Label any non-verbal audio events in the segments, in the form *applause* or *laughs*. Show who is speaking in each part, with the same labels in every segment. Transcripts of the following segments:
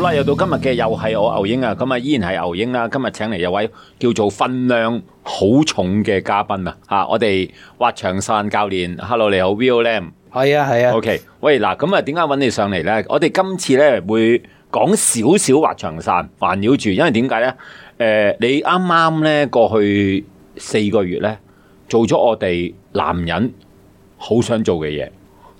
Speaker 1: 啦，又到今日嘅又係我牛英啊，咁啊依然係牛英啦。今日請嚟有位叫做分量好重嘅嘉賓啊，吓我哋滑翔傘教練，Hello 你好 Will Lam。
Speaker 2: 系啊系啊，
Speaker 1: OK，喂嗱，咁啊，點解揾你上嚟咧？我哋今次咧會講少少滑翔傘，環繞住，因為點解咧？誒、你啱啱咧過去四個月咧，做咗我哋男人好想做嘅嘢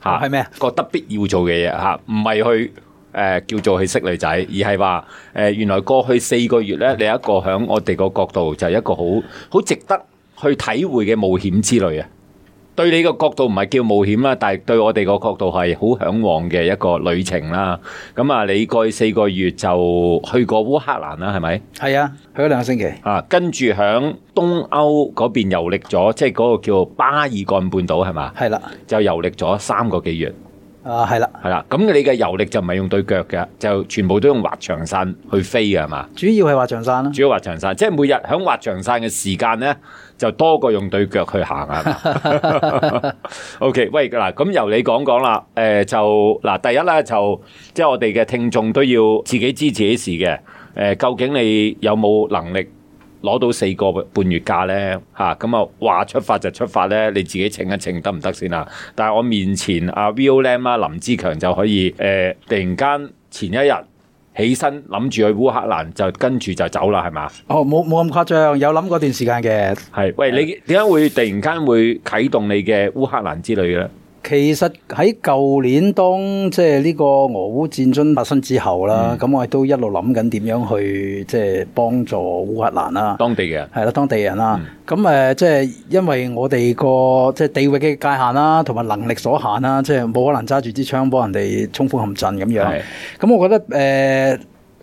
Speaker 1: 嚇，
Speaker 2: 係咩啊
Speaker 1: 覺得必要做嘅嘢嚇，唔係去誒、叫做去識女仔，而係話誒原來過去四個月咧，你有一個響我哋個角度就係一個好好值得去體會嘅冒險之旅啊！對你個角度唔係叫冒險啦，但係對我哋個角度係好向往嘅一個旅程啦。咁啊，你過去四個月就去過烏克蘭啦，係咪？
Speaker 2: 系啊，去咗兩個星期，
Speaker 1: 啊，跟住響東歐嗰邊遊歷咗，即係嗰個叫巴爾幹半島係嘛？
Speaker 2: 係啦，
Speaker 1: 就遊歷咗三個幾月，
Speaker 2: 啊係啦，
Speaker 1: 係啦。咁你嘅遊歷就唔係用對腳嘅，就全部都用滑翔傘去飛嘅係嘛？
Speaker 2: 主要係滑翔傘啦，
Speaker 1: 主要滑翔傘，即係每日響滑翔傘嘅時間咧，就多過用對腳去行啊。係嘛 OK，喂嗱，咁由你講講啦。誒、就嗱，第一咧就即係我哋嘅聽眾都要自己知自己事嘅。誒、究竟你有冇能力攞到四個半月假咧？嚇、咁啊話出發就出發咧，你自己稱一稱得唔得先啦？但係我面前阿 Will Lam 啦、林之強就可以誒、突然間前一日。起身諗住去烏克蘭，就跟住就走啦，係嘛？
Speaker 2: 哦冇冇咁誇張，有諗嗰段時間嘅，
Speaker 1: 係，喂，你點解會突然間會啟動你嘅烏克蘭之旅嘅咧？
Speaker 2: 其實喺舊年當即係呢個俄烏戰爭發生之後啦，咁、我哋都一路諗緊點樣去即係幫助烏克蘭啦。
Speaker 1: 當地嘅人
Speaker 2: 係啦，當地人啦，咁誒、即係因為我哋個即係地域嘅界限啦，同埋能力所限啦，即係冇可能揸住支槍幫人哋衝鋒陷陣咁樣
Speaker 1: 係。
Speaker 2: 咁我覺得誒、呃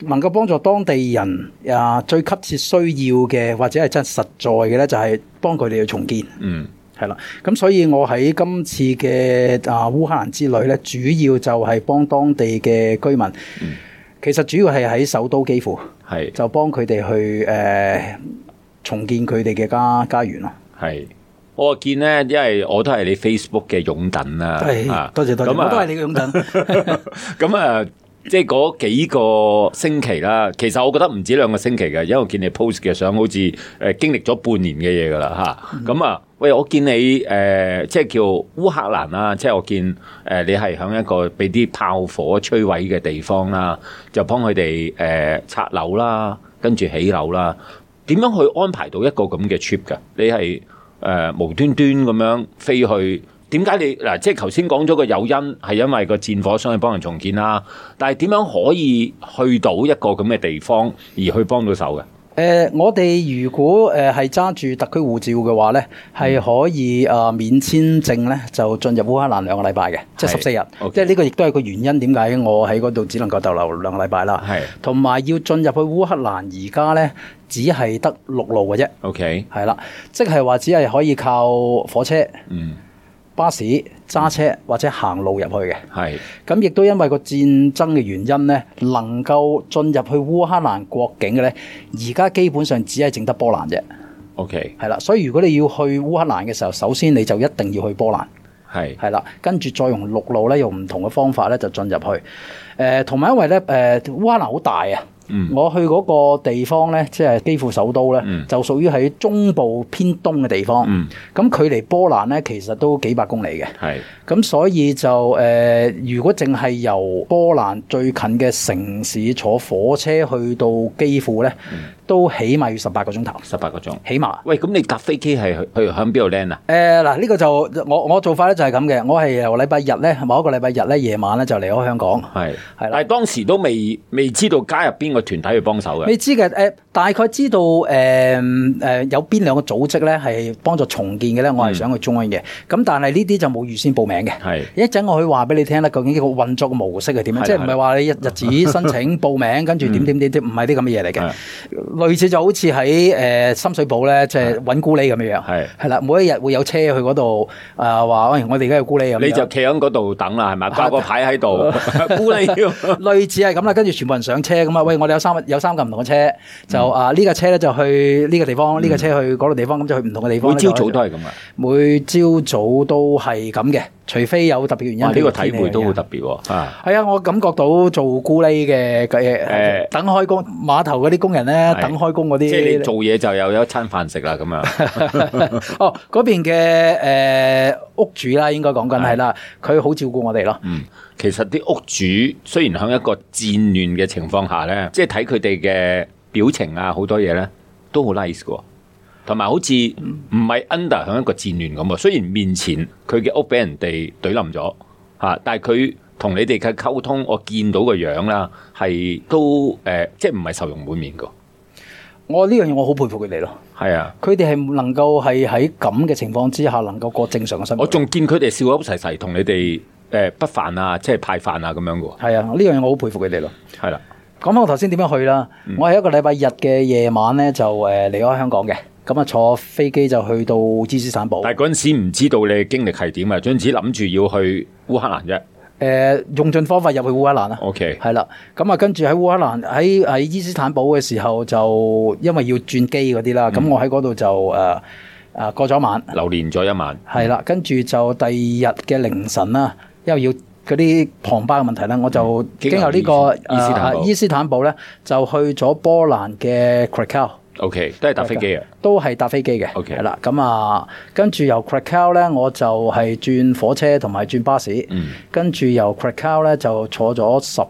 Speaker 2: 能夠幫助當地人啊最急切需要嘅，或者係真係實在嘅咧，就係幫佢哋去重建。
Speaker 1: 嗯
Speaker 2: 係啦，咁所以我喺今次嘅啊烏克蘭之旅咧，主要就係幫當地嘅居民。其實主要係喺首都基輔。
Speaker 1: 係
Speaker 2: 就幫佢哋去誒、呃重建佢哋嘅家家園咯。
Speaker 1: 係。我見咧，因為我都係你 Facebook 嘅擁趸啦，啊
Speaker 2: 係，多謝多謝，
Speaker 1: 咁啊
Speaker 2: 我都係你嘅擁趸。
Speaker 1: *laughs* 咁啊，即係嗰幾個星期啦，其實我覺得唔止兩個星期嘅，因為我見你 post 嘅相好似誒、呃、經歷咗半年嘅嘢㗎啦吓，咁啊，喂，我見你誒、呃即係叫烏克蘭啦，即係我見誒、呃你係響一個俾啲炮火摧毀嘅地方啦，就幫佢哋誒拆樓啦，跟住起樓啦。點樣去安排到一個咁嘅 trip 㗎？你係誒、呃、無端端咁樣飛去？點解你嗱？即係頭先講咗個誘因係因為個戰火想去幫人重建啦，但係點樣可以去到一個咁嘅地方而去幫到手嘅？
Speaker 2: 誒、呃我哋如果誒係揸住特區護照嘅話咧，
Speaker 1: 嗯
Speaker 2: 係可以誒、呃免簽證咧就進入烏克蘭兩個禮拜嘅，即係
Speaker 1: 係
Speaker 2: 十四日。
Speaker 1: OK
Speaker 2: 即係呢個亦都係個原因點解我喺嗰度只能夠逗留兩個禮拜啦。
Speaker 1: 係
Speaker 2: 同埋要進入去烏克蘭而家咧，只係得陸路嘅啫，
Speaker 1: OK，
Speaker 2: 係啦，即係話只係可以靠火車、
Speaker 1: 嗯，
Speaker 2: 巴士、揸車或者行路入去嘅。
Speaker 1: 係
Speaker 2: 咁亦都因為個戰爭嘅原因咧，能夠進入去烏克蘭國境嘅咧，而家基本上只係剩得波蘭啫，
Speaker 1: OK，
Speaker 2: 係啦。所以如果你要去烏克蘭嘅時候，首先你就一定要去波蘭，
Speaker 1: 係
Speaker 2: 係啦，跟住再用陸路咧，用唔同嘅方法咧就進入去。誒、同埋因為咧，誒、烏克蘭好大啊。
Speaker 1: 嗯
Speaker 2: 我去嗰個地方咧，即係基輔首都咧，
Speaker 1: 嗯
Speaker 2: 就屬於喺中部偏東嘅地方。咁、
Speaker 1: 嗯
Speaker 2: 距離波蘭咧，其實都幾百公里嘅。
Speaker 1: 係
Speaker 2: 咁所以就誒、呃如果淨係由波蘭最近嘅城市坐火車去到基輔咧，都起碼要十八個鐘頭，
Speaker 1: 十八個鐘。
Speaker 2: 起碼。
Speaker 1: 喂，咁你搭飛機係去去響邊度 land 啊？
Speaker 2: 誒嗱，呢、個就我我做法咧就係咁嘅，我係由禮拜日咧，某一個禮拜日咧夜晚咧就離開香港，
Speaker 1: 係
Speaker 2: 係
Speaker 1: 但
Speaker 2: 啦
Speaker 1: 係。當時都未未知道加入邊個團體去幫手嘅。
Speaker 2: 你知嘅誒、呃大概知道誒誒、呃有邊兩個組織咧係幫助重建嘅咧，我係想去 join 嘅。咁、但係呢啲就冇預先報名嘅。
Speaker 1: 係
Speaker 2: 一陣我可以話俾你聽啦，究竟呢個運作模式係點
Speaker 1: 係
Speaker 2: 樣？即係唔
Speaker 1: 係嗯
Speaker 2: 係話你日日子申請報
Speaker 1: *laughs*
Speaker 2: 名，跟住點點點點，唔係啲咁嘅嘢嚟
Speaker 1: 係
Speaker 2: 嘅。類似就好似喺誒深水埗咧，即係揾咕喱咁樣樣。
Speaker 1: 係
Speaker 2: 係啦，每一日會有車去嗰度誒話，喂，我哋而家有咕喱咁樣。
Speaker 1: 你就企喺嗰度等啦，係
Speaker 2: *laughs*
Speaker 1: 咪？掛個牌喺度，估你要。
Speaker 2: 類似係咁啦，跟住全部人上車咁啊！喂，我哋有三有三架唔同嘅車，就、
Speaker 1: 嗯
Speaker 2: 啊呢架車咧就去呢個地方，呢、
Speaker 1: 啊
Speaker 2: 架車去嗰個地方，咁就去唔同嘅地方。
Speaker 1: 每朝早
Speaker 2: 呢
Speaker 1: 都
Speaker 2: 就
Speaker 1: 係咁啊。
Speaker 2: 每朝早都係咁嘅，除非有特別原因。
Speaker 1: 哇！呢個
Speaker 2: 個
Speaker 1: 體會都好特別喎。啊，
Speaker 2: 係啊，我感覺到做咕喱嘅嘅
Speaker 1: 誒
Speaker 2: 等開工碼頭嗰啲工人咧，
Speaker 1: 係
Speaker 2: 等開工嗰啲，
Speaker 1: 即係你做嘢就又有一餐飯食啦，咁 *laughs* 樣
Speaker 2: *laughs* 哦嗰邊嘅誒屋主啦，應該講緊係啦，佢好照顧我哋咯。
Speaker 1: 嗯，其實啲屋主雖然喺一個戰亂嘅情況下咧，即係睇佢哋嘅表情啊，好多嘢咧都好 nice 嘅喎。同埋好似唔係 under 響一個戰亂咁喎，雖然面前佢嘅屋俾人哋懟冧咗嚇，但係佢同你哋嘅溝通，我見到個樣啦，係都誒、呃即係唔係愁容滿面嘅。
Speaker 2: 我呢樣嘢我好佩服佢哋咯，
Speaker 1: 係啊，
Speaker 2: 佢哋係能夠係喺咁嘅情況之下，能夠過正常嘅生活。
Speaker 1: 我仲見佢哋笑口噬噬，同你哋誒不飯啊，即係派飯啊咁樣嘅喎。
Speaker 2: 係啊，呢樣嘢我好佩服佢哋咯。
Speaker 1: 係啦，
Speaker 2: 講翻我頭先點樣去啦，
Speaker 1: 嗯
Speaker 2: 我係一個禮拜日嘅夜晚咧就誒離開香港嘅，咁啊坐飛機就去到伊斯坦堡。
Speaker 1: 但係嗰陣時唔知道你嘅經歷係點啊，總之諗住要去烏克蘭啫。
Speaker 2: 誒、用盡方法入去烏克蘭啦。
Speaker 1: OK，
Speaker 2: 係啦，咁啊，跟住喺烏克蘭喺喺伊斯坦堡嘅時候，就因為要轉機嗰啲
Speaker 1: 嗯
Speaker 2: 啦，咁、我喺嗰度就誒誒、呃過咗晚，
Speaker 1: 流連咗一晚。
Speaker 2: 係啦，跟住就第二日嘅凌晨啦，因為要嗰啲龐巴嘅問題啦，我就
Speaker 1: 經
Speaker 2: 經由呢、個
Speaker 1: 由伊斯伊斯坦
Speaker 2: 呃
Speaker 1: 堡
Speaker 2: 伊斯坦堡咧，就去咗波蘭嘅 Krakow。
Speaker 1: OK，都係搭飛機啊。
Speaker 2: 都係搭飛機嘅，
Speaker 1: OK
Speaker 2: 係啦，咁啊，跟住由 Krakow 咧，我就係轉火車同埋轉巴士，
Speaker 1: 嗯
Speaker 2: 跟住由 Krakow 咧就坐咗十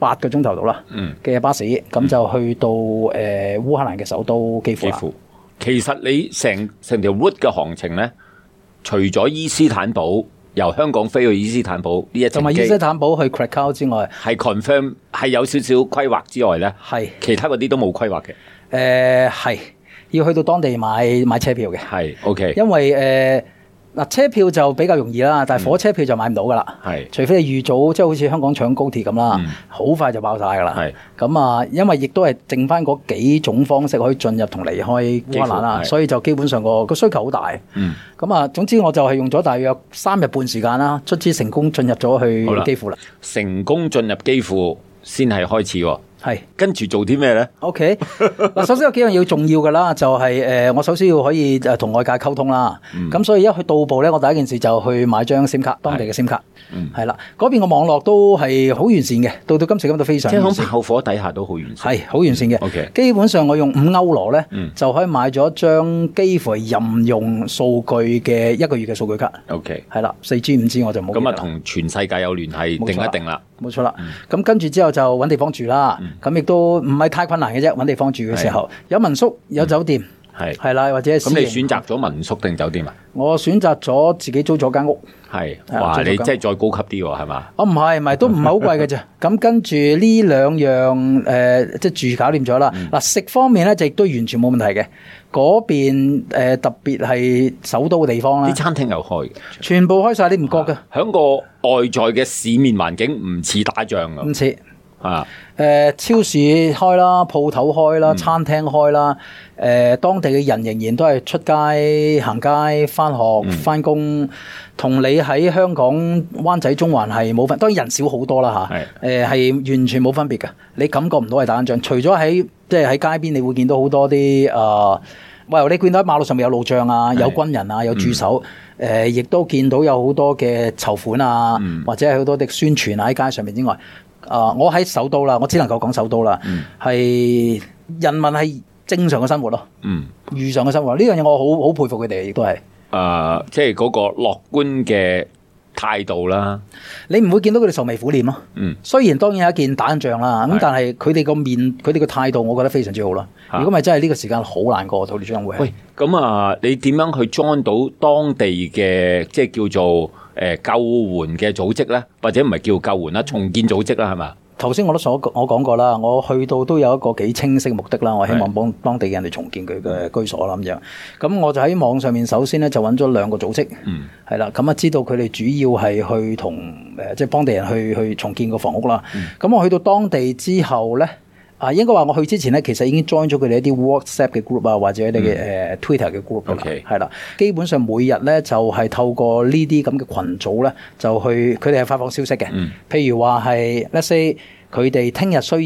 Speaker 2: 八個鐘頭到啦
Speaker 1: 嗯，
Speaker 2: 嘅巴士，咁就去到誒、呃、烏克蘭嘅首都基輔
Speaker 1: 幾
Speaker 2: 啦。
Speaker 1: 乎。其實你成成條 route 嘅行程咧，除咗伊斯坦堡由香港飛去伊斯坦堡呢一程
Speaker 2: 同埋伊
Speaker 1: 機
Speaker 2: 斯坦堡去 Krakow 之外，
Speaker 1: 係 confirm 係有少少規劃之外咧，
Speaker 2: 係
Speaker 1: 其他嗰啲都冇規劃嘅。
Speaker 2: 誒係要去到當地買買車票嘅，
Speaker 1: 係 OK，
Speaker 2: 因為呃誒嗱、車票就比較容易啦，
Speaker 1: 嗯
Speaker 2: 但係火車票就買唔到㗎啦。
Speaker 1: 係
Speaker 2: 除非你預早，即係好似香港搶高鐵咁啦
Speaker 1: 嗯，
Speaker 2: 好、快就爆晒㗎啦。
Speaker 1: 係
Speaker 2: 咁啊，因為亦都係剩翻嗰幾種方式可以進入同離開烏克蘭
Speaker 1: 幾乎
Speaker 2: 啦，
Speaker 1: 係
Speaker 2: 所以就基本上個個需求好大。
Speaker 1: 嗯。
Speaker 2: 咁啊，總之我就係用咗大約三日半時間啦，卒之成功進入咗去
Speaker 1: 好啦
Speaker 2: 基輔啦。
Speaker 1: 成功進入基輔先係開始喎。
Speaker 2: 係
Speaker 1: 跟住做啲咩呢？ *laughs*
Speaker 2: OK 嗱，首先有幾樣要重要㗎啦，就係、誒，我首先要可以誒同外界溝通啦。
Speaker 1: 嗯
Speaker 2: 咁、所以一去到步咧，我第一件事就去買張 SIM 卡，當地嘅 SIM 卡
Speaker 1: 嗯
Speaker 2: 係啦。嗰邊個網絡都係好完善嘅，到到今時今日都非常
Speaker 1: 即係
Speaker 2: 完
Speaker 1: 喺
Speaker 2: 善。
Speaker 1: 炮火底下都好完善。
Speaker 2: 係好完善嘅。
Speaker 1: 嗯 OK
Speaker 2: 基本上我用五歐羅咧，
Speaker 1: 嗯
Speaker 2: 就可以買咗張幾乎係任用數據嘅一個月嘅數據卡。
Speaker 1: OK，
Speaker 2: 係啦，四 G 五 G 我就冇記得
Speaker 1: 咁
Speaker 2: 啦。
Speaker 1: 啊嗯同全世界有聯繫，
Speaker 2: 冇錯
Speaker 1: 定一
Speaker 2: 啦
Speaker 1: 定啦。
Speaker 2: 冇錯啦。咁跟住之後就揾地方住啦。
Speaker 1: 嗯
Speaker 2: 咁亦都唔係太困難嘅啫，揾地方住嘅時候有民宿有酒店。
Speaker 1: 嗯係。
Speaker 2: 係啦，或者
Speaker 1: 咁你
Speaker 2: 私
Speaker 1: 選
Speaker 2: 營
Speaker 1: 擇咗民宿定酒店啊？
Speaker 2: 我選擇咗自己租咗間屋。
Speaker 1: 係，
Speaker 2: 係啊
Speaker 1: 哇！
Speaker 2: 最早
Speaker 1: 你
Speaker 2: 咁
Speaker 1: 真係再高級啲喎，係嘛？
Speaker 2: 哦，唔係，唔係，都唔係好貴嘅啫。咁跟住呢兩樣誒、呃即係住搞掂咗啦。嗱、食方面咧，就亦都完全冇問題嘅。嗰邊、呃、特別係首都嘅地方啦
Speaker 1: 啲，啊餐廳有開嘅，
Speaker 2: 全部開晒，你唔覺嘅，
Speaker 1: 喺個外在嘅市面環境唔似打仗
Speaker 2: 唔
Speaker 1: 㗎
Speaker 2: 似。
Speaker 1: 啊！
Speaker 2: 誒、呃超市開啦，鋪頭開啦，餐廳開啦，誒、當地嘅人仍然都係出街行街、翻學、翻工、同你喺香港灣仔中環係冇分，當然人少好多啦嚇，誒呃係、完全冇分別嘅，你感覺唔到係打緊仗，除咗喺即係喺街邊，你會見到好多啲誒。呃喂，你見到喺馬路上面有路障啊，有軍人啊，有駐守，誒、呃亦都見到有好多嘅籌款啊，或者係好多的宣傳啊喺街上面之外，啊、我喺首都啦，我只能夠講首都啦，係、人民係正常嘅生活咯，
Speaker 1: 嗯，
Speaker 2: 遇上嘅生活，呢樣嘢我好好佩服佢哋，亦都係，
Speaker 1: 誒，啊即係嗰個樂觀嘅態度啦。
Speaker 2: 你唔會見到佢哋愁眉苦臉咯。
Speaker 1: 嗯，
Speaker 2: 雖然當然係一件打緊仗啦，
Speaker 1: 係
Speaker 2: 咁但係佢哋個面，佢哋個態度，我覺得非常之好啦。
Speaker 1: 嚇
Speaker 2: 如果咪真係呢個時間好難過，到你將會係。
Speaker 1: 喂，咁啊，你點樣去 join 到當地嘅即係叫做誒、呃救援嘅組織咧？或者唔係叫救援啦，重建組織啦，係嘛？
Speaker 2: 頭先我都所我講過啦，我去到都有一個幾清晰嘅目的啦，我希
Speaker 1: 係
Speaker 2: 望幫當地嘅人哋重建佢嘅居所啦咁樣。咁我就喺網上面首先咧就揾咗兩個組織，
Speaker 1: 嗯
Speaker 2: 係啦，咁啊知道佢哋主要係去同誒即係幫地人去去重建個房屋啦。
Speaker 1: 嗯
Speaker 2: 咁、我去到當地之後咧。啊，應該話我去之前咧，其實已經 join 咗佢哋一啲 WhatsApp 嘅 group 啊，或者你嘅誒 Twitter 嘅 group 㗎
Speaker 1: 嗯
Speaker 2: 啦
Speaker 1: OK
Speaker 2: 係啦。基本上每日咧就係、透過呢啲咁嘅群組咧，就去佢哋係發放消息嘅。
Speaker 1: 嗯
Speaker 2: 譬如話係 let's say 佢哋聽日需要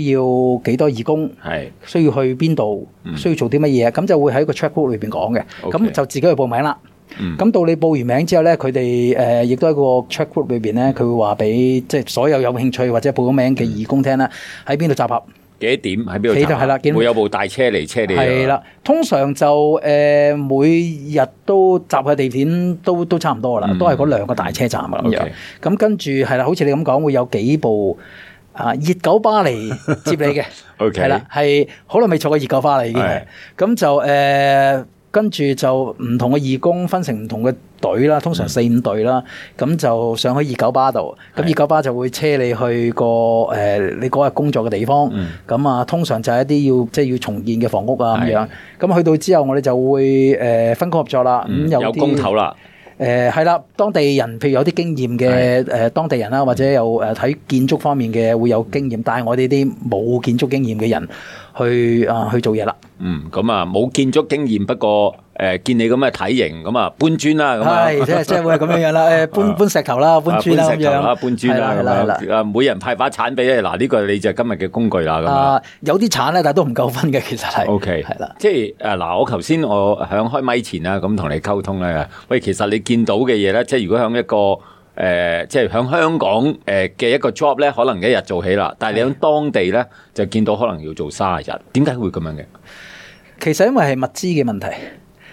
Speaker 2: 幾多義工，
Speaker 1: 係
Speaker 2: 需要去邊度，需要做啲乜嘢，咁就會喺個 chat group 裏邊講嘅。
Speaker 1: 嗯 OK
Speaker 2: 咁就自己去報名啦。
Speaker 1: 嗯
Speaker 2: 咁到你報完名之後咧，佢哋誒亦都喺個 chat group 裏邊咧，佢會話俾即係所有有興趣或者報咗名嘅義工聽啦，喺邊度集合。
Speaker 1: 幾點喺邊度
Speaker 2: 幾
Speaker 1: 集
Speaker 2: 度
Speaker 1: 合？
Speaker 2: 係啦幾點
Speaker 1: 會有部大車嚟車你㗎。啊
Speaker 2: 係啦，通常就誒、每日都集嘅地點都都差唔多噶啦，
Speaker 1: 嗯
Speaker 2: 都係嗰兩個大車站咁樣
Speaker 1: OK。
Speaker 2: 咁跟住係啦，好似你咁講，會有幾部啊熱狗巴嚟接你嘅，
Speaker 1: *laughs* OK
Speaker 2: 係啦，係好耐未坐過熱狗巴啦已經係
Speaker 1: 係。
Speaker 2: 咁就誒、呃跟住就唔同嘅義工分成唔同嘅隊啦，通常四五隊啦，咁就上去熱狗巴度，咁
Speaker 1: 嗯係
Speaker 2: 熱狗巴就會車你去個誒、你嗰日工作嘅地方。
Speaker 1: 嗯
Speaker 2: 咁啊，通常就係一啲要即係要重建嘅房屋啊咁
Speaker 1: 係
Speaker 2: 樣。咁去到之後，我哋就會誒、呃分工合作啦。咁、
Speaker 1: 嗯
Speaker 2: 有
Speaker 1: 有
Speaker 2: 啲
Speaker 1: 公頭啦，
Speaker 2: 誒係啦，當地人譬如有啲經驗嘅誒當地人
Speaker 1: 嗯
Speaker 2: 啦，或者有誒睇建築方面嘅會有經驗，但係我哋啲冇建築經驗嘅人去啊去做嘢啦。
Speaker 1: 嗯，咁啊冇建築經驗，不過誒見你咁嘅體型，咁啊搬磚啦，咁啊
Speaker 2: 係，即係即係會係咁樣樣啦。誒搬搬石頭啦，搬磚啦
Speaker 1: 啊
Speaker 2: 咁
Speaker 1: 搬石頭啦，
Speaker 2: 樣，
Speaker 1: 搬磚啦，
Speaker 2: 係啦係啦係
Speaker 1: 咁樣啊，每人派把鏟俾你，嗱呢個你就係今日嘅工具啦，咁
Speaker 2: 啦。
Speaker 1: 樣。
Speaker 2: 啊，有啲鏟咧，但係都唔夠分嘅，其實係。
Speaker 1: O K，
Speaker 2: 係啦。
Speaker 1: 即係誒嗱，我頭先我響開咪前啦，咁同你溝通咧，喂，其實你見到嘅嘢咧，即係如果響一個誒、呃即係響香港誒嘅一個 job 咧，可能一日做起啦，但係你響當地咧就見到可能要做卅日，點解會咁樣嘅？
Speaker 2: 其實因為係物資嘅問題。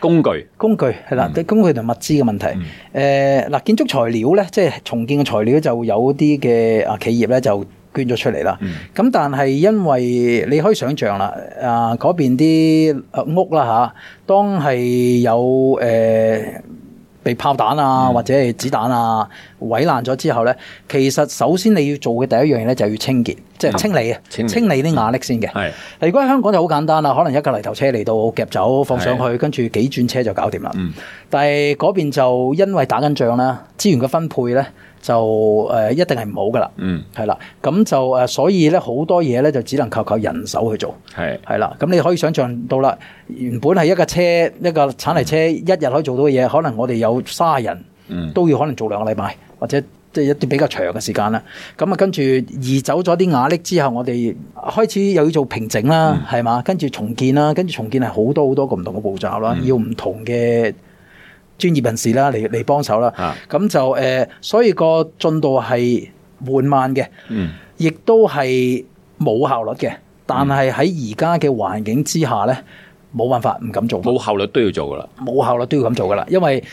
Speaker 1: 工具
Speaker 2: 工具係
Speaker 1: 嗯
Speaker 2: 啦，工具同物資嘅問題。誒嗱、建築材料咧，即係重建嘅材料就有啲嘅啊企業咧就捐咗出嚟啦。
Speaker 1: 嗯
Speaker 2: 咁、但係因為你可以想象啦，啊嗰邊啲啊屋啦嚇、當係有誒。呃被炮彈
Speaker 1: 嗯
Speaker 2: 啊，或者係子彈啊毀爛咗之後咧，其實首先你要做嘅第一樣嘢咧，就係要清潔，即係清理啊，
Speaker 1: 清理嗯
Speaker 2: 清理啲瓦礫先嘅。
Speaker 1: 係
Speaker 2: 嗱，如果喺香港就好簡單啦，可能一架泥頭車嚟到夾走放上去，跟住幾轉車就搞掂啦。
Speaker 1: 嗯
Speaker 2: 但係嗰邊就因為打緊仗啦，資源嘅分配咧就誒、呃一定係唔好噶啦，
Speaker 1: 嗯
Speaker 2: 係啦，咁就誒、呃所以咧好多嘢咧就只能靠靠人手去做。
Speaker 1: 係
Speaker 2: 係啦，咁你可以想象到啦，原本係一架車一個鏟泥車一日可以做到嘅嘢，可能我哋有卅人
Speaker 1: 嗯
Speaker 2: 都要可能做兩個禮拜，或者即係一啲比較長嘅時間啦。咁啊，跟住移走咗啲瓦礫之後，我哋開始又要做平整啦，
Speaker 1: 嗯
Speaker 2: 係嘛、跟住重建啦，跟住重建係好多好多個唔同嘅步驟
Speaker 1: 嗯
Speaker 2: 啦，要唔同嘅。專業人士啦嚟嚟幫手啦
Speaker 1: 啊，
Speaker 2: 咁就誒、呃所以個進度係緩慢嘅，
Speaker 1: 嗯
Speaker 2: 亦都係冇效率嘅。但係喺而家嘅環境之下咧，冇辦法唔敢做，
Speaker 1: 冇效率都要做噶啦。
Speaker 2: 冇效率都要咁做噶啦。因為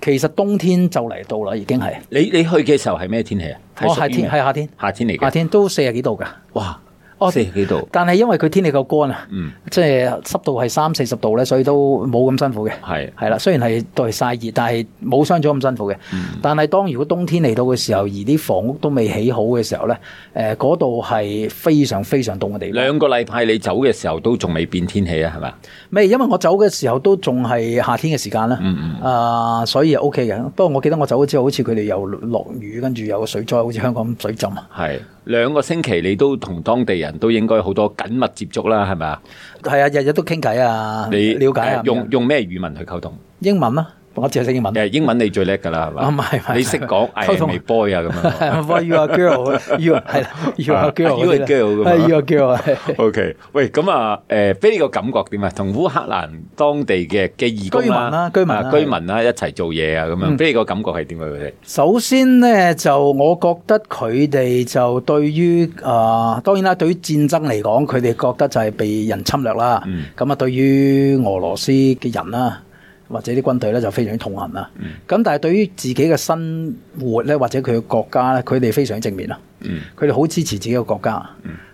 Speaker 2: 其實冬天就嚟到啦，已經係，
Speaker 1: 你你去嘅時候係咩天氣啊？屬
Speaker 2: 哦，
Speaker 1: 於
Speaker 2: 夏天
Speaker 1: 咩
Speaker 2: 係夏天，
Speaker 1: 夏天嚟
Speaker 2: 夏
Speaker 1: 嘅，
Speaker 2: 天都四十幾度㗎。
Speaker 1: 哇！
Speaker 2: 哦
Speaker 1: 四十幾度，
Speaker 2: 但係因為佢天氣夠乾啊，
Speaker 1: 嗯
Speaker 2: 即係濕度係三四十度咧，所以都冇咁辛苦嘅。
Speaker 1: 係
Speaker 2: 係啦，雖然係對晒熱，但係冇傷咗咁辛苦嘅。
Speaker 1: 嗯
Speaker 2: 但係當如果冬天嚟到嘅時候，而啲房屋都未起好嘅時候咧，誒嗰度係非常非常凍嘅地方。
Speaker 1: 兩個禮拜你走嘅時候都仲未變天氣啊，係咪？
Speaker 2: 咩？因為我走嘅時候都仲係夏天嘅時間啦。
Speaker 1: 嗯
Speaker 2: 啊、所以 O K 嘅。不過我記得我走咗之後，好似佢哋又落雨，跟住有個水災，好似香港咁水浸啊。
Speaker 1: 係兩個星期，你都同當地人都應該好多緊密接觸啦，係咪啊？
Speaker 2: 係啊，日日都傾偈啊，
Speaker 1: 你
Speaker 2: 了解啊
Speaker 1: 誒，用用咩語文去溝通？
Speaker 2: 英文啦、我只係識英文。
Speaker 1: 誒，英文你最叻㗎啦，
Speaker 2: 啊
Speaker 1: 係
Speaker 2: 唔
Speaker 1: 嘛？
Speaker 2: 係唔係，
Speaker 1: 你識講 I
Speaker 2: 溝
Speaker 1: am
Speaker 2: 通
Speaker 1: a boy 啊咁
Speaker 2: *laughs*
Speaker 1: 樣。
Speaker 2: Well, you are a girl, you are- 係啦，you are a girl，
Speaker 1: *laughs* 啊，you are a girl 㗎嘛
Speaker 2: you are a girl，係
Speaker 1: OK，喂，咁啊，誒，俾你個感覺點啊？同烏克蘭當地嘅嘅義工
Speaker 2: 居民啦嗯居民啦
Speaker 1: 啊居民啦一齊做嘢啊，咁樣，俾你個感覺係點啊？佢哋
Speaker 2: 首先咧，就我覺得佢哋就對於啊、當然啦，對於戰爭嚟講，佢哋覺得就係被人侵略啦。
Speaker 1: 嗯
Speaker 2: 咁啊、對於俄羅斯嘅人啦，或者啲軍隊咧，就非常之痛恨啦。咁、但係對於自己嘅生活咧，或者佢嘅國家咧，佢哋非常正面啦。啊
Speaker 1: 嗯
Speaker 2: 佢哋好支持自己嘅國家，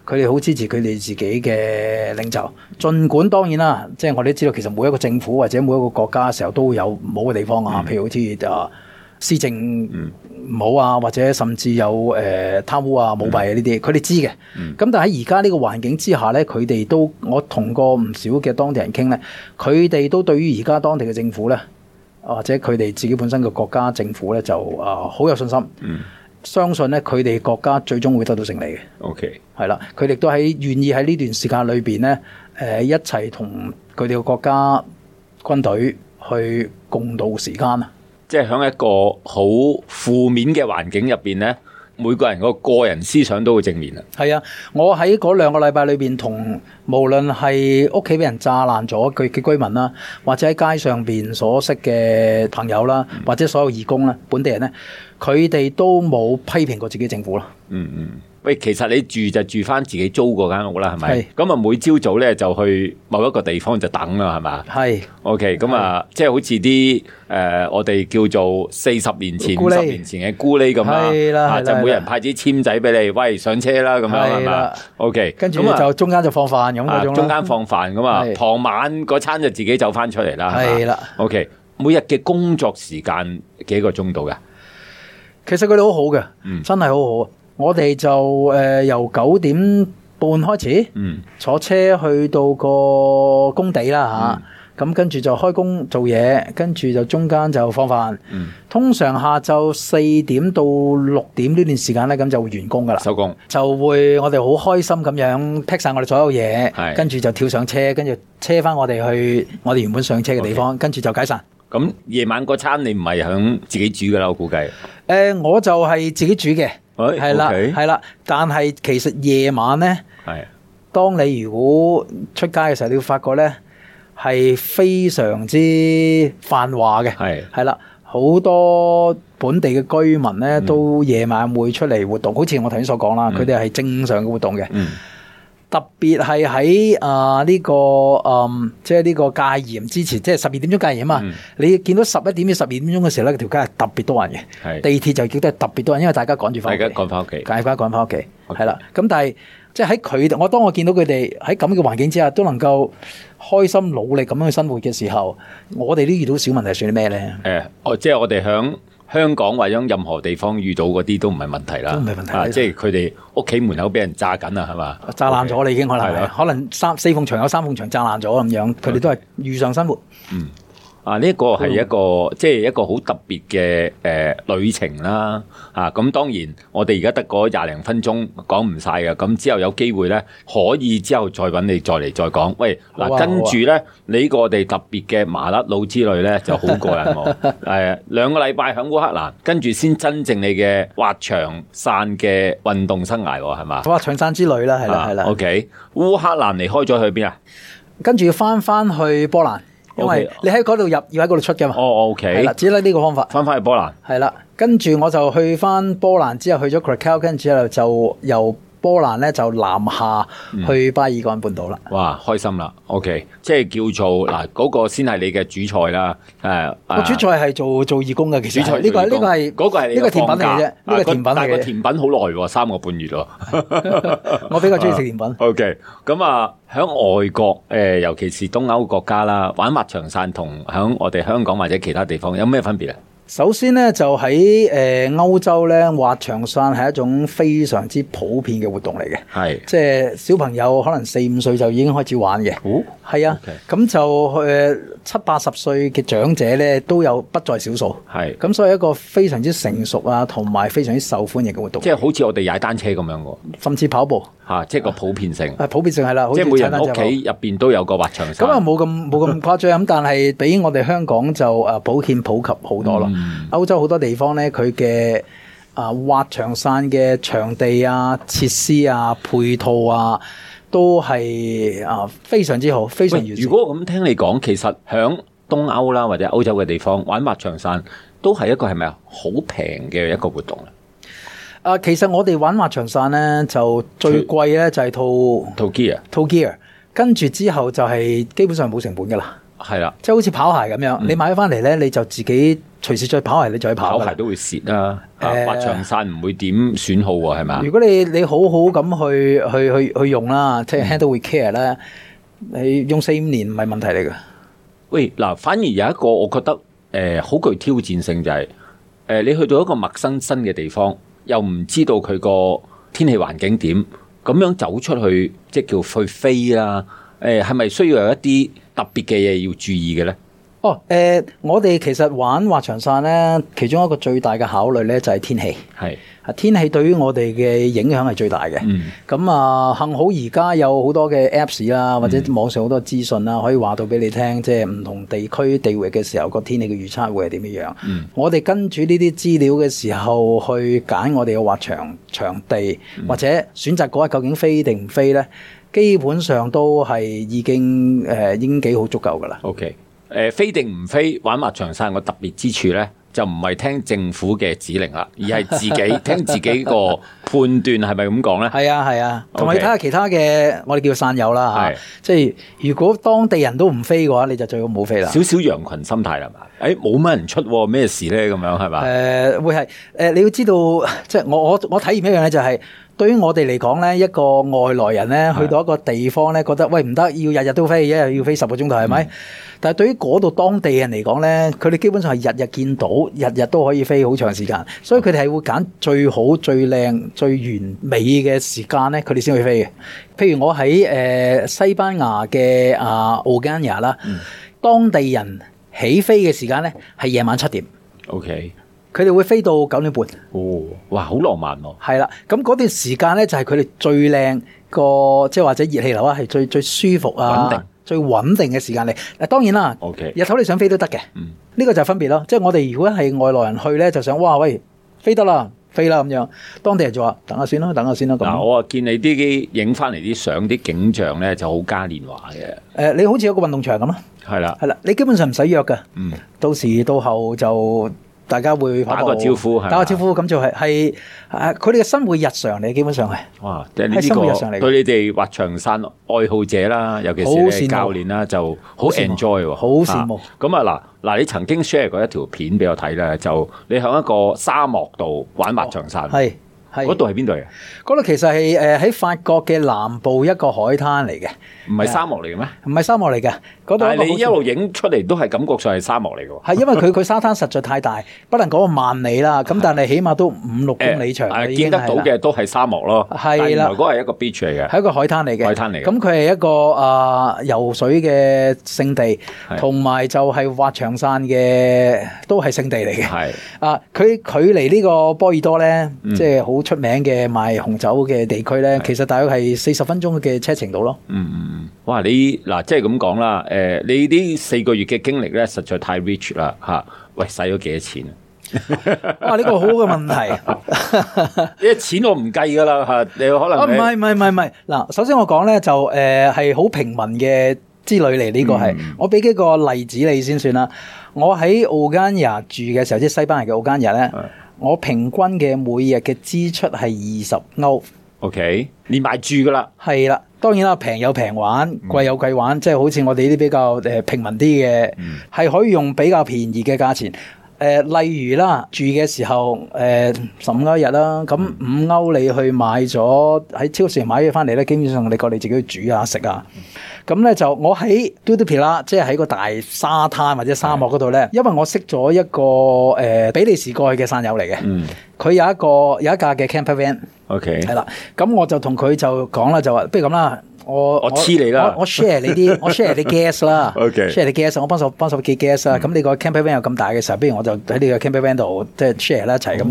Speaker 2: 佢哋好支持佢哋自己嘅領袖。儘管當然啦，即係我哋都知道，其實每一個政府或者每一個國家嘅時候都會有唔好嘅地方啊，譬如好似啊施政唔好啊，或者甚至有誒、呃、貪污啊、舞弊啊呢啲，佢哋知嘅。咁、但喺而家呢個環境之下咧，佢哋都我同過唔少嘅當地人傾咧，佢哋都對於而家當地嘅政府咧，或者佢哋自己本身嘅國家政府咧，就啊好、有信心。
Speaker 1: 嗯
Speaker 2: 相信咧佢哋國家最終會得到勝利嘅，
Speaker 1: ，OK，
Speaker 2: 係啦，佢哋都喺願意喺呢段時間裏邊咧，誒、一齊同佢哋嘅國家軍隊去共度時間啊！
Speaker 1: 即係喺一個好負面嘅環境入邊咧，每個人個個人思想都會正面啦。
Speaker 2: 係啊，我喺嗰兩個禮拜裏邊，同無論係屋企俾人炸爛咗嘅嘅居民啦，或者喺街上邊所識嘅朋友啦，或者所有義工啦、本地人咧，佢哋都冇批評過自己政府咯。
Speaker 1: 嗯嗯，喂，其實你住就住翻自己租嗰間屋啦，係咪
Speaker 2: 係？
Speaker 1: 咁啊，每朝早咧就去某一個地方就等啦，係嘛
Speaker 2: 係
Speaker 1: ？OK，咁啊，即係好似啲誒，我哋叫做四十年前、五
Speaker 2: 咕喱
Speaker 1: 十年前嘅咕喱咁
Speaker 2: 係
Speaker 1: 啦，
Speaker 2: 啦
Speaker 1: 啊
Speaker 2: 係啦
Speaker 1: 就每
Speaker 2: 係啦
Speaker 1: 人派支簽仔俾你，喂，上車啦，咁樣係
Speaker 2: 係
Speaker 1: 嘛
Speaker 2: 啦
Speaker 1: ？OK，
Speaker 2: 跟住
Speaker 1: 咁啊
Speaker 2: 就中間就放飯咁
Speaker 1: 啊
Speaker 2: 嗰種啦
Speaker 1: 中間放飯咁啊，
Speaker 2: 係
Speaker 1: 傍晚嗰餐就自己走翻出嚟啦，係
Speaker 2: 係
Speaker 1: 嘛
Speaker 2: 啦。
Speaker 1: ？OK，每日嘅工作時間幾個鐘度嘅？
Speaker 2: 其實佢哋好好嘅，
Speaker 1: 嗯
Speaker 2: 真係好好啊！我哋就誒、呃由九點半開始
Speaker 1: 嗯
Speaker 2: 坐車去到個工地啦嚇，咁、跟住就開工做嘢，跟住就中間就放飯。
Speaker 1: 嗯，
Speaker 2: 通常下晝四點到六點呢段時間咧，咁就會完工噶啦。
Speaker 1: 收工。
Speaker 2: 就會我哋好開心咁樣剔晒我哋所有
Speaker 1: 係
Speaker 2: 嘢，跟住就跳上車，跟住車翻我哋去我哋原本上車嘅地方，跟住就解散。
Speaker 1: 咁夜晚嗰餐你唔係響自己煮噶啦，我估計。
Speaker 2: 誒、呃我就係自己煮嘅，
Speaker 1: 喂
Speaker 2: 係啦
Speaker 1: OK
Speaker 2: 係啦。但係其實夜晚呢，
Speaker 1: 係
Speaker 2: 當你如果出街嘅時候，你會發覺呢係非常之繁華嘅，
Speaker 1: 係
Speaker 2: 係啦，好多本地嘅居民
Speaker 1: 嗯
Speaker 2: 呢都夜晚會出嚟活動，好似我頭先所講啦，佢哋係正常嘅活動嘅。
Speaker 1: 嗯
Speaker 2: 特別係喺啊呢個嗯，即係呢個戒嚴之前，即係十二點鐘戒嚴啊嘛。
Speaker 1: 嗯
Speaker 2: 你見到十一點至十二點鐘嘅時候咧，條街係特別多人
Speaker 1: 係
Speaker 2: 嘅，地鐵就亦都係特別多人，因為大家趕住
Speaker 1: 大
Speaker 2: 翻屋
Speaker 1: 家
Speaker 2: 企，
Speaker 1: 趕翻屋企。
Speaker 2: 大家趕翻屋企，
Speaker 1: OK
Speaker 2: 係啦。咁但係即係喺佢哋，我當我見到佢哋喺咁嘅環境之下都能夠開心努力咁樣去生活嘅時候，我哋都遇到小問題算啲咩咧？
Speaker 1: 誒，我即係我哋響香港或者任何地方遇到嗰啲都唔係問題啦，
Speaker 2: 都唔係問題
Speaker 1: 啊即係佢哋屋企門口俾人炸緊啊，係嘛？
Speaker 2: 炸爛咗啦，已經可能
Speaker 1: OK 係
Speaker 2: 係
Speaker 1: 啦
Speaker 2: 可能三四縫牆有三縫牆炸爛咗咁樣，佢哋都係遇上生活。
Speaker 1: 啊！呢、一個
Speaker 2: 嗯
Speaker 1: 係一個即係一個好特別嘅誒、呃旅程啦，啊咁當然我哋而家得嗰廿零分鐘講唔晒嘅，咁之後有機會咧可以之後再揾你再嚟再講。喂，嗱、
Speaker 2: 好啊
Speaker 1: 跟住咧你呢個我哋特別嘅麻甩佬之旅咧就好過癮
Speaker 2: *laughs*
Speaker 1: 喎、誒啊兩個禮拜喺烏克蘭，跟住先真正你嘅滑翔傘嘅運動生涯喎，係嘛？
Speaker 2: 好啊，長山之旅啦，係啦，係啦。
Speaker 1: O K，烏克蘭離開咗去邊啊？
Speaker 2: 跟住要翻翻去波蘭，因
Speaker 1: OK
Speaker 2: 為你喺嗰度入，要喺嗰度出嘅嘛。
Speaker 1: 哦，O
Speaker 2: 係
Speaker 1: K，
Speaker 2: 啦，只係呢個方法。
Speaker 1: 翻返去波蘭。
Speaker 2: 係啦，跟住我就去翻波蘭，之後去咗 Krakow，跟住之後就由波蘭咧就南下
Speaker 1: 嗯
Speaker 2: 去巴爾幹半島啦。
Speaker 1: 哇，開心啦！OK，即係叫做嗱，嗰、個先係你嘅主菜啦。誒、
Speaker 2: 我主菜係做做義工嘅，其
Speaker 1: 啊主
Speaker 2: 實
Speaker 1: 菜
Speaker 2: 係呢個呢個係
Speaker 1: 嗰個係你
Speaker 2: 呢個
Speaker 1: 嘅
Speaker 2: 甜品
Speaker 1: 放
Speaker 2: 嚟
Speaker 1: 假
Speaker 2: 嘅啫，呢個
Speaker 1: 啊
Speaker 2: 甜品
Speaker 1: 但係個
Speaker 2: 嚟嘅。
Speaker 1: 甜品好耐喎，三個半月喎。 *laughs*
Speaker 2: 我比較中意食甜品。
Speaker 1: OK，咁啊，喺外國誒、尤其是東歐國家啦，玩滑翔傘同喺我哋香港或者其他地方有咩分別咧？啊
Speaker 2: 首先咧，就喺誒歐洲咧，滑翔傘係一種非常之普遍嘅活動嚟嘅，
Speaker 1: 係，
Speaker 2: 即係小朋友可能四五歲就已經開始玩嘅。
Speaker 1: 哦，
Speaker 2: 係啊
Speaker 1: OK，
Speaker 2: 咁就誒七八十歲嘅長者咧都有不在少數，
Speaker 1: 係，
Speaker 2: 咁所以一個非常之成熟啊，同埋非常之受歡迎嘅活動
Speaker 1: 即，係好似我哋踩單車咁樣喎，
Speaker 2: 甚至跑步
Speaker 1: 嚇、即係個普遍性，
Speaker 2: 誒普遍性係啦，好
Speaker 1: 即
Speaker 2: 似
Speaker 1: 係每
Speaker 2: 踩
Speaker 1: 人
Speaker 2: 單
Speaker 1: 屋
Speaker 2: 車
Speaker 1: 企入邊都有個滑翔傘。
Speaker 2: 跑咁啊冇咁冇 *laughs* 咁誇張，咁但係比我哋香港就誒普遍普及好多咯。歐洲好多地方咧，佢嘅啊滑翔傘嘅場地啊、設施啊、配套啊，都係啊非常之好，非常
Speaker 1: 喂
Speaker 2: 完，善
Speaker 1: 如。果咁聽你講，其實響東歐啦或者歐洲嘅地方玩滑翔傘，都係一個係咪啊好平嘅一個活動啦，
Speaker 2: 啊，其實我哋玩滑翔傘咧，就最貴咧就係套
Speaker 1: 套 gear
Speaker 2: 套 gear，跟住之後就係基本上冇成本噶啦，
Speaker 1: 係啦，
Speaker 2: 即係好似跑鞋咁樣，你買咗翻嚟咧，你就自己隨時着跑鞋，你就去
Speaker 1: 跑
Speaker 2: 跑㗎
Speaker 1: 鞋
Speaker 2: 啦。
Speaker 1: 都會蝕啦，啊
Speaker 2: 誒嗯
Speaker 1: 滑翔傘唔會點損耗喎，係咪啊
Speaker 2: 如果你你好好咁去去去去用啦，即係 handle with care 咧，你用四五年唔係問題嚟㗎。
Speaker 1: 喂，嗱，反而有一個我覺得誒好、具挑戰性就係、誒、你去到一個陌生新嘅地方，又唔知道佢個天氣環境點，咁樣走出去即係叫去飛啦。誒係咪需要有一啲特別嘅嘢要注意嘅咧？
Speaker 2: 哦，誒、我哋其實玩滑翔傘咧，其中一個最大嘅考慮咧就係、天氣。
Speaker 1: 係
Speaker 2: 啊，天氣對於我哋嘅影響係最大嘅。
Speaker 1: 嗯
Speaker 2: 咁啊、幸好而家有好多嘅 Apps 啦，或者網上好多資訊啊啦，可以話到俾你聽，即係唔同地區地域嘅時候個天氣嘅預測會係點樣樣。我哋跟住呢啲資料嘅時候去揀我哋嘅滑翔場地，或者選擇嗰日究竟飛定唔飛呢，基本上都係已經誒、已經幾好足夠㗎啦。
Speaker 1: OK。誒、飛定唔飛玩滑翔傘個特別之處咧，就唔係聽政府嘅指令啦，而係自 *laughs* 己聽自己個判斷係咪咁講咧？
Speaker 2: 係啊係啊，同埋你
Speaker 1: OK
Speaker 2: 睇下其他嘅，我哋叫散友啦
Speaker 1: 係
Speaker 2: 嚇，即係如果當地人都唔飛嘅話，你就最好冇飛啦。
Speaker 1: 少少羊群心態啦嘛。誒、冇乜人出喎，咩事咧？咁樣係
Speaker 2: 誒、
Speaker 1: 嘛？
Speaker 2: 會係誒、你要知道， *laughs* 即係我我我體驗一樣咧、就係對於我哋嚟講咧，一個外來人咧，去到一個地方咧，覺得喂唔得，要日日都飛，一日要飛十個鐘頭係咪？
Speaker 1: 嗯
Speaker 2: 但係對於嗰度當地人嚟講咧，佢哋基本上係日日見到，日日都可以飛好長時間，所以佢哋係會揀最好、最靚、最完美嘅時間咧，佢哋先去飛嘅。譬如我喺誒、西班牙嘅啊奧加尼亞啦，
Speaker 1: 嗯
Speaker 2: 當地人起飛嘅時間咧係夜晚七點。
Speaker 1: OK，
Speaker 2: 佢哋會飛到九點半，
Speaker 1: 哦，哇，好浪漫喎、
Speaker 2: 係啦。咁嗰段時間咧，就係佢哋最靚個，即係或者熱氣流啊，係最最舒服啊，
Speaker 1: 穩定
Speaker 2: 最穩定嘅時間嚟。嗱，當然啦
Speaker 1: OK
Speaker 2: 日頭你想飛都得嘅。
Speaker 1: 嗯
Speaker 2: 呢個就係分別咯。即係我哋如果係外來人去咧，就想哇喂飛得啦，飛啦咁樣。當地人就話等下先啦，等下先啦咁。
Speaker 1: 嗱，我啊見你啲影翻嚟啲相，啲景象咧就好嘉年華嘅，
Speaker 2: 誒，你好似有個運動場咁啦，
Speaker 1: 係啦，
Speaker 2: 係啦，你基本上唔使約㗎。
Speaker 1: 嗯，
Speaker 2: 到時到後就大家會跑
Speaker 1: 打
Speaker 2: 步
Speaker 1: 個招呼係嘛
Speaker 2: 打個招呼咁就係係誒佢哋嘅生活日常嚟，基本上係。
Speaker 1: 哇！即係
Speaker 2: 係生活日常
Speaker 1: 呢
Speaker 2: 嚟嘅
Speaker 1: 個對你哋滑翔傘愛好者啦，尤其
Speaker 2: 好
Speaker 1: 是你
Speaker 2: 羨慕
Speaker 1: 係教練啦，就好
Speaker 2: 好羨慕
Speaker 1: enjoy 喎，
Speaker 2: 好羨慕
Speaker 1: 啊。咁啊嗱嗱，你曾經 share 過一條片俾我睇咧，就你喺一個沙漠度玩滑翔傘，
Speaker 2: 係係
Speaker 1: 嗰度係邊度嚟嘅？啊
Speaker 2: 嗰度其實係誒喺法國嘅南部一個海灘嚟嘅，
Speaker 1: 唔係沙漠嚟嘅咩？
Speaker 2: 唔係沙漠嚟嘅。嗰度
Speaker 1: 但係
Speaker 2: 一
Speaker 1: 你一
Speaker 2: 個好
Speaker 1: 路影出嚟都係感覺上係沙漠嚟嘅喎。
Speaker 2: 係因為佢佢沙灘實在太大，不能講萬里啦，咁但係起碼都五六公里長
Speaker 1: *laughs* 誒
Speaker 2: 啦
Speaker 1: 見
Speaker 2: 已經
Speaker 1: 得
Speaker 2: 係
Speaker 1: 到
Speaker 2: 啦。
Speaker 1: 嘅都係沙漠咯。
Speaker 2: 係啦
Speaker 1: 但原來嗰個係一個 beach 嚟嘅。
Speaker 2: 係一個海灘嚟嘅，
Speaker 1: 海灘嚟嘅
Speaker 2: 咁佢係一個啊、游水嘅聖地
Speaker 1: 係，
Speaker 2: 同埋就係滑翔傘嘅都係聖地嚟嘅。
Speaker 1: 係
Speaker 2: 啊，佢距離呢個波爾多咧，
Speaker 1: 嗯
Speaker 2: 即係好出名嘅賣紅酒嘅地區咧，其實大約係四十分鐘嘅車程度咯。
Speaker 1: 嗯嗯嗯，哇！你嗱，即係咁講啦，誒、你呢四個月嘅經歷咧，實在太 rich 啦嚇、喂，使咗幾多錢啊？
Speaker 2: 哇！呢、個好好嘅問題。
Speaker 1: 啲錢我唔計噶啦嚇，你可能
Speaker 2: 啊，唔
Speaker 1: 你
Speaker 2: 係唔係唔係唔係，嗱，首先我講咧就誒係好平民嘅之旅嚟，呢個係
Speaker 1: 嗯
Speaker 2: 我俾幾個例子你先算啦。我喺奧加尼亞住嘅時候，即係西班牙嘅奧加尼亞咧
Speaker 1: 係，
Speaker 2: 我平均嘅每日嘅支出係二十歐，
Speaker 1: OK，連埋住噶啦，
Speaker 2: 係啦。當然啦，平有平玩，貴有貴玩，即係好似我哋呢啲比較誒平民啲嘅，係可以用比較便宜嘅價錢。誒、例如啦，住嘅時候誒十五歐一日啦，咁五歐你去買咗喺超市買嘢翻嚟咧，基本上你覺你自己去煮啊食啊。咁咧就我喺 d u d u p i 啦，即係喺個大沙灘或者沙漠嗰度咧，因為我識咗一個誒、比利時過去嘅山友嚟嘅，
Speaker 1: 嗯
Speaker 2: 佢、有一個有一架嘅 camper van。
Speaker 1: ，OK，
Speaker 2: 係啦，咁我就同佢就講啦，就話不如咁啦，我
Speaker 1: 我黐你啦
Speaker 2: 我我 share 你
Speaker 1: *laughs*
Speaker 2: 啲，我 share 你 gas 啦
Speaker 1: OK 嗯
Speaker 2: share 你 gas，我幫手幫手寄 gas 啦。咁你個 camper van 又咁大嘅時候，不如我就喺你個 camper van 度即係 share 啦一齊咁
Speaker 1: 哦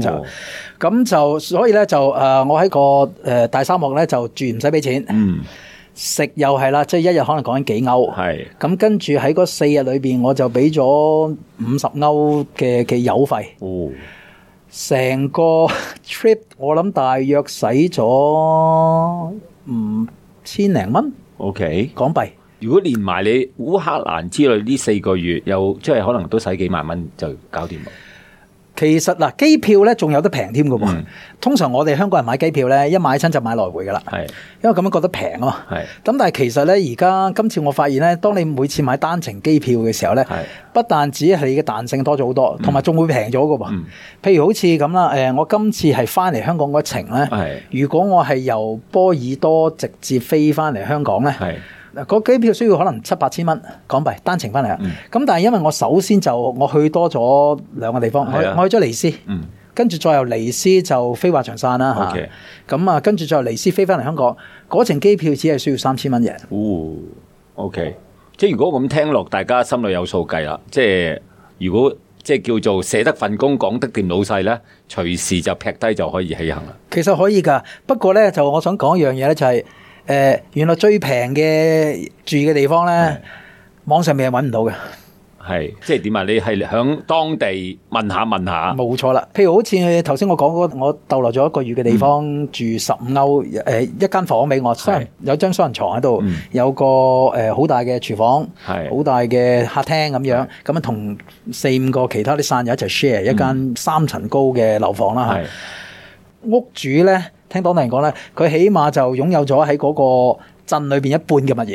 Speaker 2: 就，咁就所以咧就誒，呃我喺個誒大沙漠咧就住唔使俾錢，
Speaker 1: 嗯，
Speaker 2: 食又係啦，即係一日可能講緊幾歐。
Speaker 1: 係
Speaker 2: 咁跟住喺嗰四日裏邊，我就俾咗五十歐嘅嘅油費。
Speaker 1: 哦，
Speaker 2: 成個 *laughs* trip 我諗大約使咗五千零蚊
Speaker 1: OK。
Speaker 2: 港幣，
Speaker 1: 如果連埋你烏克蘭之類呢四個月，又即係可能都使幾萬蚊就搞掂啦。
Speaker 2: 其實嗱機票咧仲有得平添㗎喎
Speaker 1: 嗯。
Speaker 2: 通常我哋香港人買機票咧，一買親就買來回㗎啦，
Speaker 1: 係
Speaker 2: 因為咁樣覺得平啊嘛。
Speaker 1: 係
Speaker 2: 咁但係其實咧，而家今次我發現咧，當你每次買單程機票嘅時候咧
Speaker 1: 係，
Speaker 2: 不但止係你嘅彈性多咗好多，同埋仲會平咗㗎喎
Speaker 1: 嗯。
Speaker 2: 譬如好似咁啦，誒，我今次係翻嚟香港嗰程咧。
Speaker 1: 係
Speaker 2: 如果我係由波爾多直接飛翻嚟香港咧，
Speaker 1: 係
Speaker 2: 嗱嗰機票需要可能七八千蚊港幣單程翻嚟啊。
Speaker 1: 嗯
Speaker 2: 咁、但係因為我首先就我去多咗兩個地方，我
Speaker 1: 係啊
Speaker 2: 我去咗尼斯，
Speaker 1: 嗯
Speaker 2: 跟住再由尼斯就飛滑翔傘啦
Speaker 1: OK
Speaker 2: 嚇。咁啊，跟住再由尼斯飛翻嚟香港，嗰程機票只係需要三千蚊嘅。
Speaker 1: 哦，OK，即係如果咁聽落，大家心裏有數計啦。即係如果即係叫做捨得份工，講得掂老細咧，隨時就劈低就可以起行啦。
Speaker 2: 其實可以㗎，不過咧就我想講一樣嘢咧，就係、誒、原來最平嘅住嘅地方咧，網上面係揾唔到嘅，
Speaker 1: 啊係即係點啊？你係響當地問下問下，
Speaker 2: 冇錯啦。譬如好似頭先我講嗰個，我逗留咗一個月嘅地方，
Speaker 1: 嗯
Speaker 2: 住十五歐誒、一間房俾我，雙人有張雙人床喺度，
Speaker 1: 嗯
Speaker 2: 有個誒好、大嘅廚房，
Speaker 1: 係
Speaker 2: 好大嘅客廳咁樣，咁啊同四五個其他啲散友一齊 share 一間三層高嘅樓房啦
Speaker 1: 嗯
Speaker 2: 嚇。
Speaker 1: 係
Speaker 2: 屋主咧，聽當地人講咧，佢起碼就擁有咗喺嗰個鎮裏邊一半嘅物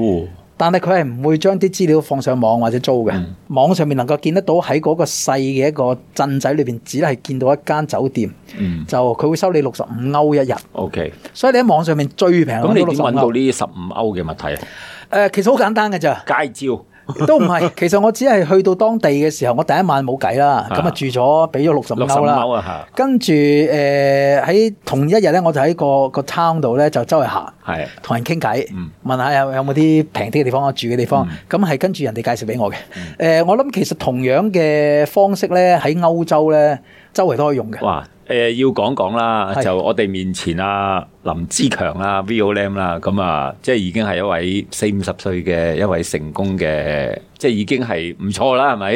Speaker 2: 業，
Speaker 1: 哦，
Speaker 2: 但係佢係唔會將啲資料放上網或者租嘅。
Speaker 1: 嗯
Speaker 2: 網上面能夠見得到喺嗰個細嘅一個鎮仔裏邊，只係見到一間酒店，
Speaker 1: 嗯
Speaker 2: 就佢會收你六十五歐一日，
Speaker 1: ，OK。
Speaker 2: 所以你喺網上面最平
Speaker 1: 咁你點
Speaker 2: 啊六十五
Speaker 1: 揾到
Speaker 2: 歐。誒、
Speaker 1: 呢十五歐嘅物體啊？
Speaker 2: 其實好簡單嘅
Speaker 1: *laughs*
Speaker 2: 咋。
Speaker 1: 街招
Speaker 2: 都唔係，其實我只係去到當地嘅時候，我第一晚冇計啦，咁
Speaker 1: 啊
Speaker 2: 啊住咗，俾咗六十五
Speaker 1: 六十五
Speaker 2: 歐啦。
Speaker 1: 歐啊
Speaker 2: 跟住誒喺同一日咧，我就喺個個 town 度咧就周圍行，
Speaker 1: 嚇，係
Speaker 2: 同人傾偈
Speaker 1: 嗯，
Speaker 2: 問下有有冇啲平啲嘅地方啊，住嘅地方。咁係跟住人哋介紹俾我嘅。
Speaker 1: 嗯
Speaker 2: 誒，我諗其實同樣嘅方式咧，喺歐洲咧，周圍都可以用嘅。
Speaker 1: 哇！誒、要講講啦，
Speaker 2: 係
Speaker 1: 就我哋面前啊，林之強啦、v o l a m 啦，咁啊，即係已經係一位四五十歲嘅一位成功嘅，即係已經係唔錯啦，係咪？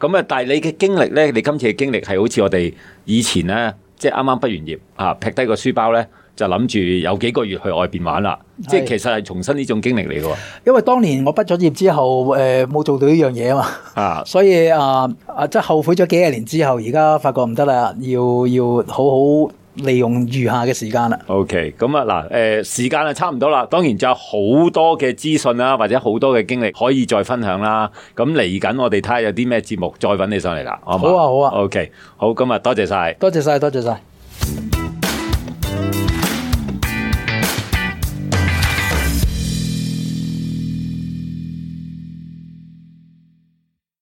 Speaker 1: 咁啊，但係你嘅經歷咧，你今次嘅經歷係好似我哋以前咧，即係啱啱畢完業啊，劈低個書包咧，就諗住有幾個月去外邊玩啦，即係
Speaker 2: 係
Speaker 1: 其實係重新呢種經歷嚟嘅喎，
Speaker 2: 因為當年我畢咗業之後，誒冇做到呢樣嘢啊嘛。
Speaker 1: 啊，
Speaker 2: 所以啊啊，即係後悔咗幾廿年之後，而家發覺唔得啦，要要好好利用餘下嘅時間啦。
Speaker 1: OK，咁啊嗱，誒、時間啊差唔多啦，當然仲有好多嘅資訊啦，或者好多嘅經歷可以再分享啦。咁嚟緊我哋睇下有啲咩節目再揾你上嚟啦，好嘛？
Speaker 2: 好啊好啊
Speaker 1: OK，好，咁啊多謝晒。
Speaker 2: 多謝晒，多謝晒。